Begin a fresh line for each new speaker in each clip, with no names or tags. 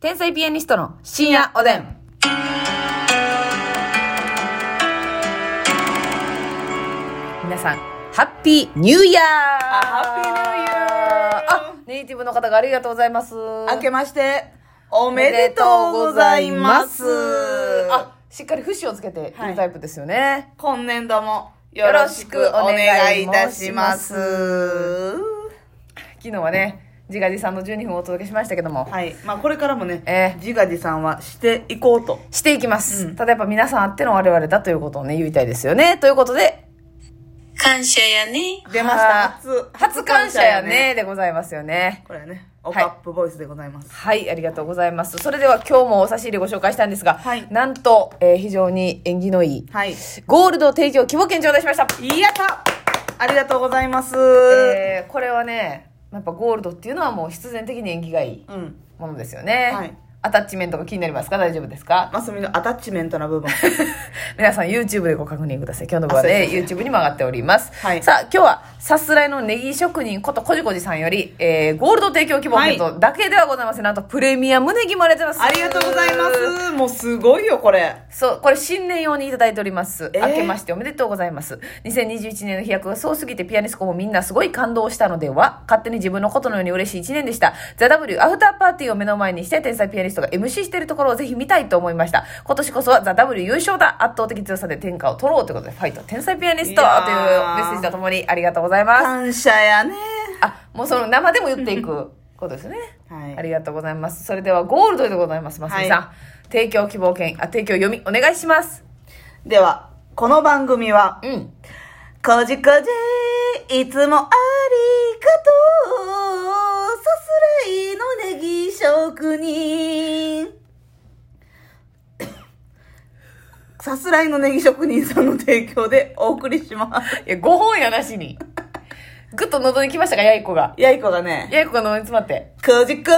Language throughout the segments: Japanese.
天才ピアニストの深夜おでん。皆さん、ハッピーニューイヤー
ハッピーニューイヤー
あ、ネイティブの方がありがとうございます。
明けまして、おめでとうございます。
あ、しっかり節をつけているタイプですよね。
今年度もよろしくお願いいたします。
昨日はね、自画自賛の12分をお届けしましたけども、
はい。まあこれからもね、
え
自画自賛はしていこうと。
していきます。
うん
ただやっぱ皆さんあっての我々だということをね、言いたいですよね。ということで、
感謝やね。
出まし
は
た。
い
初、
初感謝や。ね、でございますよね。
これはね、おカップボイスでございます。
はい、ありがとうございます。それでは今日もお差し入れご紹介したんですが、
はい
なんと、えー非常に縁起のいい、
はい。
ゴールド提供希望券頂戴しました。
やったありがとうございます。
えーこれはね、やっぱゴールドっていうのはもう必然的に縁起がいい
うん。
ものですよね。
はい
アタッチメントが気になりますか大丈夫ですか
マスミのアタッチメントの部分。
皆さん YouTube でご確認ください。今日の部は
あそう
で
ですね
YouTube にも上がっております。
はい
さあ、今日はさすらいのネギ職人ことこじこじさんより、えー、ゴールド提供希望券とだけではございません。なんとプレミアムネギもありがとうございま
あ
す。
りがとうございま。す。もうすごいよ、これ。
そう、これ新年用にいただいております。
えー
明けましておめでとうございます。2021年の飛躍がそうすぎてピアニスコもみんなすごい感動したのでは勝手に自分のことのように嬉しい1年でした。ザ・ W アフターパーティーを目の前にして天才ピアニストが MC しているところをぜひ見たいと思いました。今年こそはザ・ W 優勝だ圧倒的強さで天下を取ろうということで、ファイト天才ピアニスト
いやー
というメッセージとともにありがとうございます。
感謝やね。
あ、もうその生でも言っていくことですね。
はい
ありがとうございます。それではゴールドでございます、ますみさん。
は
提供希望券、あ、提供読み、お願いします。
では、この番組は、
うん。
こじこじ、いつもありがとう、さすらいのネギ職 人。さすらいのネギ職人さんの提供でお送りします。
いや、ご本やなしに。ぐっと喉に来ましたか、やいこが。
やいこがね、
やいこが喉に詰まって。
こじこ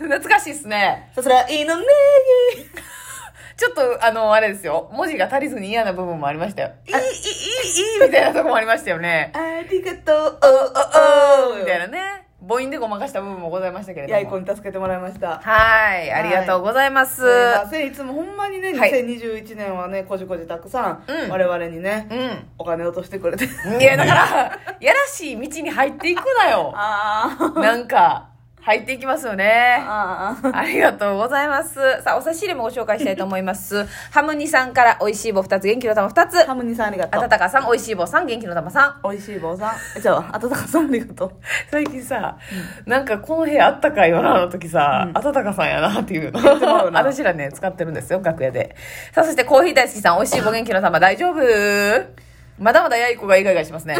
じ、
懐かしいっすね。
さすらいのネ
ちょっと、あの、あれですよ。文字が足りずに嫌な部分もありましたよ。いい、い
あ
い、いい、みたいなとこもありましたよね
ギ、。ありがとう、おおお
みたいなね。母音でごまかした部分もございましたけれども。
やいこに助けてもらいました。
はい、ありがとうございます。
すいませんいつもほんまにね、
はい
2021年はねこじこじたくさん、
うん
我々にね、
うん。
お金落としてくれて
いや、だ から、やらしい道に入っていくなよ。
あー
なんか、入っていきますよね。
あ ー
ありがとうございます。さあ、お差し入れもご紹介したいと思い ます。ハムニさんから、美味しい棒2つ、元気の玉2つ。
ハムニさんありがと
あた
う
たかさん、美味しい棒さん、元気の玉さん。
美味しい坊さんえじゃああたたかさんありがとう
最近さ、なんかこの部屋あったかいよな、あの時さ、あたたかさんやなっていう。
てもらうな
私らね、使ってるんですよ、楽屋で。さあ、そしてコーヒー大好きさん、美味しい棒元気の玉、大丈夫まだまだやいこがイガイガしますね。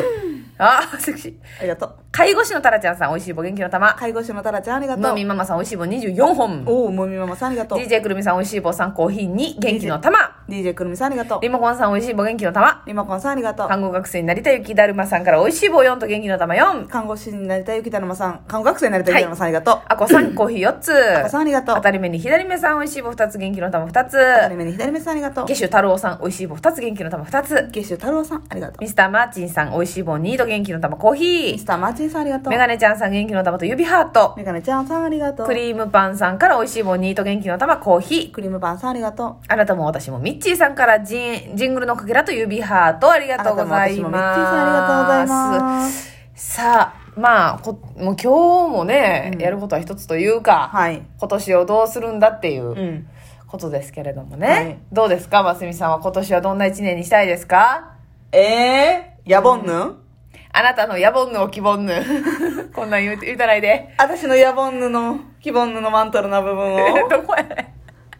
あー、セクシー。
ありがとう
介護士のタラちゃんさん、美味しい棒元気の玉。
介護士のたらちゃんありがと
の
う
みママさん、美味しい棒24本。
おおもみママさんありがとう
DJ くるみさん、美味しい棒さん、コーヒーに元気の玉。
DJ くるみさんありがとう
リモコンさん、美味しい棒元気の玉。
りまこんさんありがとう
看護学生になりたい雪だるまさんから、美味しい棒4と元気の玉4。
看護師になりたいゆきだるまさん看護学生になりたいゆきだるまさんありがとう
あこさん、コーヒー4つ。
あこさんありがとう
当たり目に左目さん、美味しい棒2つ、元気の玉2つ。
左目に左目さんありがとう
下手太郎さん、美味しい棒2つ、元気の玉2つ。
月州太郎さんありがとう
ミスターマーチンさん、美味しい棒2と元気の玉コーヒ
ミス
ー。
ターマーチンさんありがとう
メガネちゃんさん、元気の玉と指ハート。
メガネちゃんさんありがとう
クリームパンさんから、美味しい棒2と元気の玉コーヒー。
クリームパンさんありがとう
あなたも私もミッチーさんからジンジングルのかけらと指ハートありがとうございます。
あなたも私もミッチーさんありがとうございます。
さあ、まあ、こもう今日もね、やることは一つというか、
はい。
今年をどうするんだっていう
う。
うんことですけれどもね。
はい
どうですか、ますみさんは今年はどんな一年にしたいですか
ええー、ヤボンヌン
あなたの野暮ぬを希望ぬ。 こんなん言うて言うたないで。
私のヤボンヌの、キボンヌのマントルな部分を。
どこやね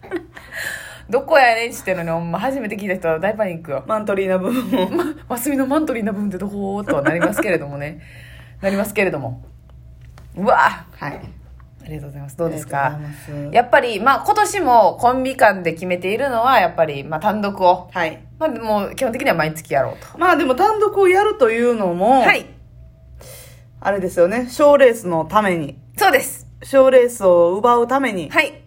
ん。どこやねんしてのに、ほんま初めて聞いた人は大パニックよ。
マントリーな部分を。
ま、マスミのマントリーな部分ってどこーとはなりますけれどもね。なりますけれども。うわあ
はい。
りがとうございます。どうです
あ
か
りがとうございます
やっぱり、まあ今年もコンビ間で決めているのは、やっぱり、まあ単独を。
はい。
まあもう基本的には毎月やろうと。
まあでも単独をやるというのも、
はい。
あれですよね、賞ーレースのために、
そうです。
賞ーレースを奪うために
はい。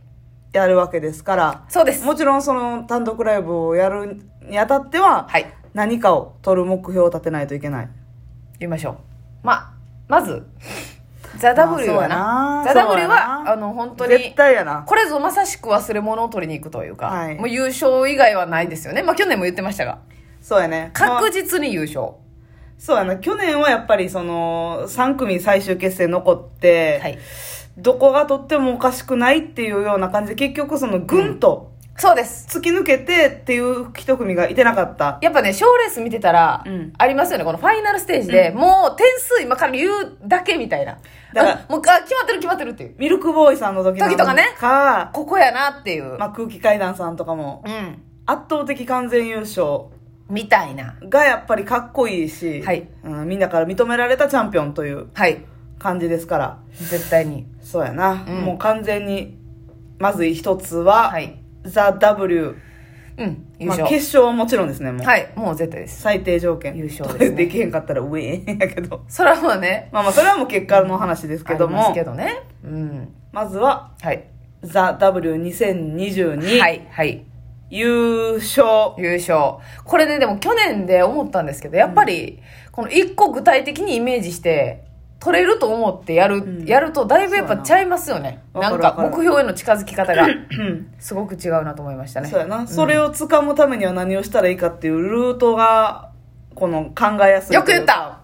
やるわけですから、
そうです。
もちろんその単独ライブをやるにあたっては、
はい。
何かを取る目標を立てないといけない。
言いましょう。まあ、まず、ザ・ W
まあそう
は
や
なザ・
な
W
そうや
は
な
あの本当
絶
に
対やな。
これぞまさしく忘れ物を取りに行くというか、
はい
もう優勝以外はないですよねまあ去年も言ってましたが
そうやね。
確
まあ
実に優勝、
そうやな。去年はやっぱりその、3組最終決戦残って、
はい
どこがとってもおかしくないっていうような感じで、結局その、ぐんと
そうです
突き抜けてっていう一組がいてなかった。
やっぱね賞レース見てたら、
うん
ありますよねこのファイナルステージで、もう点数今から言うだけみたいな
だから
あもうあ決まってる決まってるっていう
ミルクボーイさんの時なの
時とかね
か
ここやなっていう、
まあ、空気階段さんとかも、
うん
圧倒的完全優勝
みたいな
がやっぱりかっこいいし、
はい
うん、みんなから認められたチャンピオンという
はい
感じですから、
絶対に
そうやな。
うん
もう完全に、まず一つは、
はい
ザ・ W。
うん優
まあ、
勝、
決勝はもちろんですね、もう。
はいもう絶対です
最低条件。
優勝ですね
できへんかったら上やけど。
それはもうね
まあまあ、それはもう結果の話ですけど
ありま
も、
すけどねうん
まずは、
はい
ザ・ W2022、
はいはい
優勝。
優勝これねでも去年で思ったんですけどやっぱりこの一個具体的にイメージして取れると思ってやる、
ん
やるとだいぶやっぱ
そうやな
ちゃいますよね
わか
な
る
んか
わかる
目標への近づき方がすごく違うなと思いましたね
そうやな。それを掴むためには何をしたらいいかっていうルートが、この考えやすい。
よく言っ。た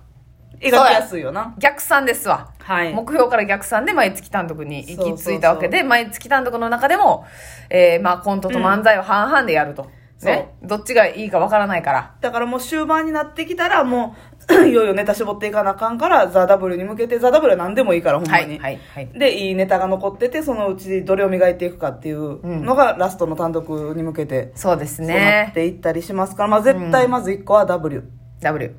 描きやすいよな。
逆算ですわ
はい。
目標から逆算で毎月単独に行き着いたわけで
そうそう
毎月単独の中でも、えーまあ、コントと漫才を半々でやると、ね、どっちがいいかわからないから
だからもう終盤になってきたらもう いよいよネタ絞っていかなあかんからザ・ダブルに向けてザ・ダブルは何でもいいからほんま
は
に、
いはいはい
でいいネタが残っててそのうちどれを磨いていくかっていうのがラストの単独に向けて
そうです
そうなっ
ね
ていったりしますから、まあ、絶対まず1個は W、
W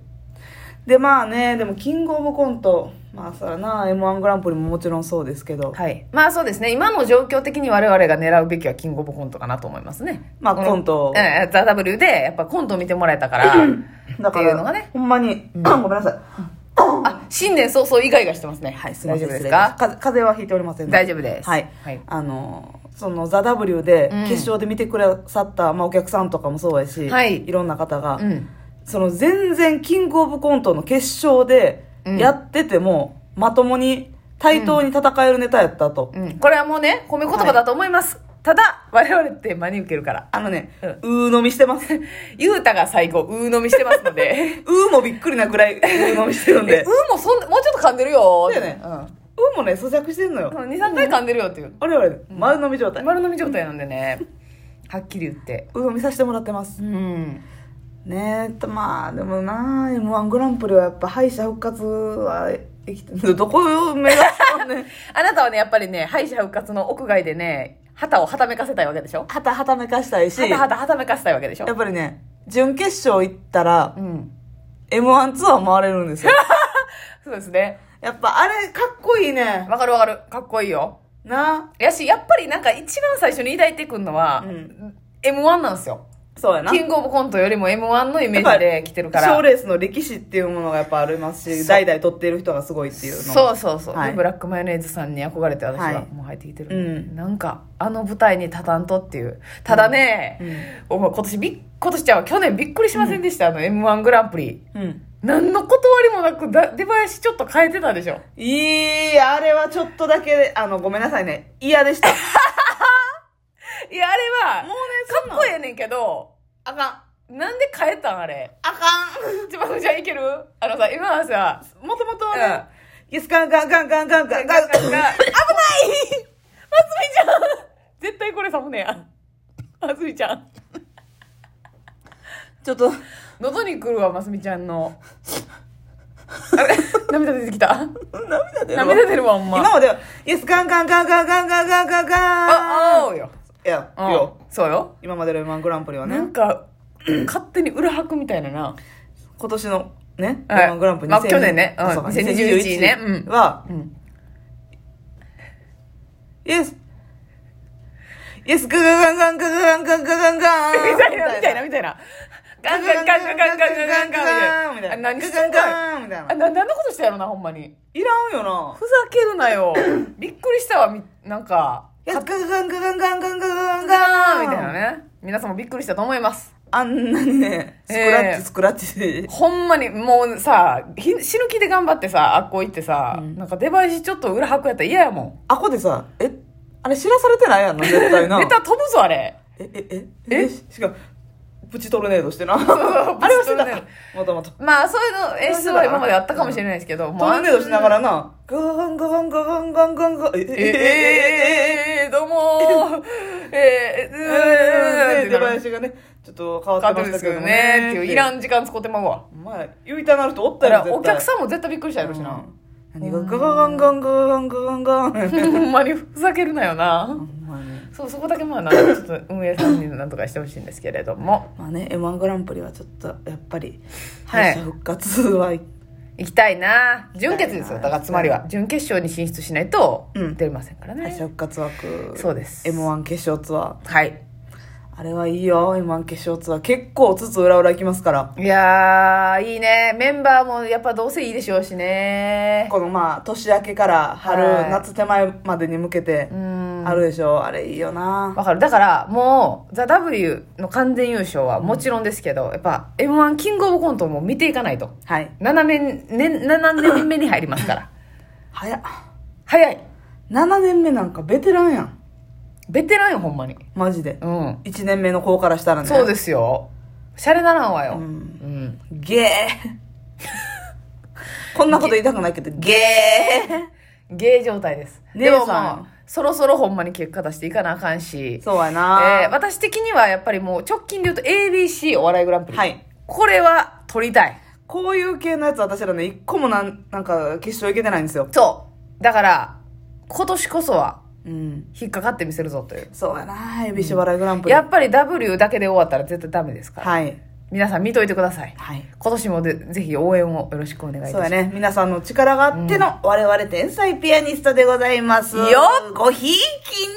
でまあねでもキングオブコントまあそらな m 1グランプリももちろんそうですけど、
はい、まあそうですね今の状況的に我々が狙うべきはキングオブコントかなと思いますね
まあコントを
ええザ・ W でやっぱコントを見てもらえたから
だか
っていうのが
ら、
ね
ほんまに、 ごめんなさい
あ新年早々イガイガしてますね
はいすいま
大
せ
丈
ん
夫です
失礼しま
か
した風風邪はひいておりませんので
大丈夫です
はい、
はい
あのその「ザ・ w で
うん
決勝で見てくださった、まあ、お客さんとかもそうやし、
はい
ろんな方が、
うん
その全然キングオブコントの決勝で
うん
やってても、まともに対等に戦えるネタやったと、
うん、これはもうね褒め言葉だと思います、ただ我々って真に受けるから
あのね、うー飲みして ます。う
ゆうたが最後うー飲みしてますので
ーもびっくりなぐ らい、うー飲みしてるん
え
で。う
うーもそんもうちょっと噛んでるよ
だよねーもね、咀嚼してんのよ。
うん、23回噛んでるよっていう
あれあれ、丸飲み状態。
丸飲み状態なんでねはっきり言って
うー飲みさせてもらってます
う。ん
ねえとまあでもな m 1グランプリはやっぱ敗者復活は生きてどこを目指したんねん
あなたはねやっぱりね敗者復活の屋外でね旗をはためかせたいわけでしょ
はたはためかしたいし
旗はたはためかせたいわけでしょ
やっぱりね準決勝行ったら
うん
m 1ツアー回れるん ですよ
そうですね
やっぱあれかっこいいね
わかるわかるかっこいいよ
な
やしやっぱりなんか一番最初に抱いてくんのは、
うん
m 1なんですよ
そうやな
キングオブコントよりも m 1のイメージで来てるから
賞レースの歴史っていうものがやっぱあります
そう
し代々取っている人がすごいっていうの
そうそうそう、
はい
でブラックマヨネーズさんに憧れて私は、
はい
もう入ってきてる、
うん
なんかあの舞台に立たんとっていうただね、お前今年びっ今年ちゃうわ去年びっくりしませんでした、あの m 1グランプリ
うん
何の断りもなくだ出囃子ちょっと変えてたでしょ
いいあれはちょっとだけあのごめんなさいね嫌 でしたも
いやあれは
うねそん
か
な
っ
ん
こええねんけどあかんなんで変えたんあれ
あかん
ちまこちゃんいけるあのさ今はさ
もともと
うん
ね、イエスカンカンカンカンカンカ
ガ
ン
ンガンガン
カン
危ないますみちゃん絶対これサムネやますみちゃん
ちょっと、
喉にくるわますみちゃんのあれ涙出てきた
涙出るわ。
涙出るわほんま
今までは、イエスカンカンカンカンカンカンカンカンカン
ああおうよ
いや、
うん
よ。
そうよ
今までの M1 グランプリは
なん
ね、
か勝手に裏拍みたいなな
今年のね、
はい
M1 グランプリ
まあ
2020
去年ねうん
あそうか
2021ねうん
は、
うん
イエス、イエスカンカンカンカンカンカンカンカン
みたいな、みたい
な。
な、みたいな。ガンガンガンガンガンガンガンガンガンみ
み
た
た
いな。
いな。
あ何してん
ガンガ
かい
ンガンみたい
あ
な。
な、何のことしたやろな、ほんまに。
いらんよな。
ふざけるなよ。びっくりしたわ、み、なんか、
イエスカンカンカンカンカンカンカンカン
ガ
カ
ー
ン
ンみたいなね。皆さんもびっくりしたと思います。
あんなにね、スクラッチスクラッチで、
ほんまにもうさひ死ぬ気で頑張ってさあっこ行ってさ、なんか出囃子ちょっと裏拍やったら嫌やもん
あこでさ、え、あれ知らされてないやんな、絶対な。
ネタ飛ぶぞあれ
え、え、え、
え
ししかも、プチトルネードしてな。あ
そう
れはし
プ
てた
チトルネー。
もともと。ト
まあそういうの演出は今まであったかもしれないですけど、もう
ルネードしながらな、ガーンガーンガーンガーンガーンガーン、え、え、
ええええどうもーえー、
え、え、
えー、えー、えー、えー、えー、えー、えー、えー、えー、えー、えー、えー、えー、えー、えー、えー、
出囃子がね、ちょっと変わってましたけどね。
えー、えー、いらん時間使ってまうわ。
お前、言いたなる人おっ
だ
た
か
よ
ら、。お客さんも絶対びっくりしたやろし
ん
な。。
何がガガガンガンガガンガガンガン。ほ
ほん まにふざけるなよな。
んまに
そう、そこだけまあな、ちょっと運営さんになんとかしてほしいんですけれども、
まあね、M1 グランプリはちょっと、やっぱり、
はい
敗者復活は、
行きたいな準決ですよ。だからつまりは、準決勝に進出しないと
うん、
出れませんから
敗
ね。
者復活枠。
そうです。
M1 決勝ツア
はい。
ー。あれはいいよ、M1 決勝ツアー。結構、つつ裏裏行きますから。
いやー、いいね。メンバーもやっぱどうせいいでしょうしね。
このまあ、年明けから春、
はい
夏手前までに向けて
う、ん。
あるでしょう。あれいいよな。
わかる。だから、もう、ザ・ W の完全優勝はもちろんですけど、やっぱ、M1 キングオブコントも見ていかないと。
はい。
7年、年7年目に入りますから。
早っ。
早い。
7年目なんかベテランやん。
ベテランよ、ほんまに。
マジで。
うん。
1年目の子からしたらね。
そうですよ。シャレならんわよ。うんん。
ゲーこんなこと言いたくないけど、ゲ
芸、状態です。
ね
で
え
も
さ
ま
ん
あ、そろそろほんまに結果出していかなあかんし
ー。そうや
え
な、
ー私的にはやっぱりもう直近で言うと ABC お笑いグランプリ。
はい。
これは取りたい。
こういう系のやつ私らね、一個もなん、なんか、決勝いけてないんですよ。
そう。だから、今年こそは
うん。
引っかかってみせるぞという。
そうやなエビシ笑いグランプリ。
やっぱり W だけで終わったら絶対ダメですから。
はい。
皆さん見といてください。
はい。
今年もでぜひ応援をよろしくお願いいたし
そう
ま
や
す。
ね。皆さんの力があっての、我々天才ピアニストでございます。
よっ
ごひいきに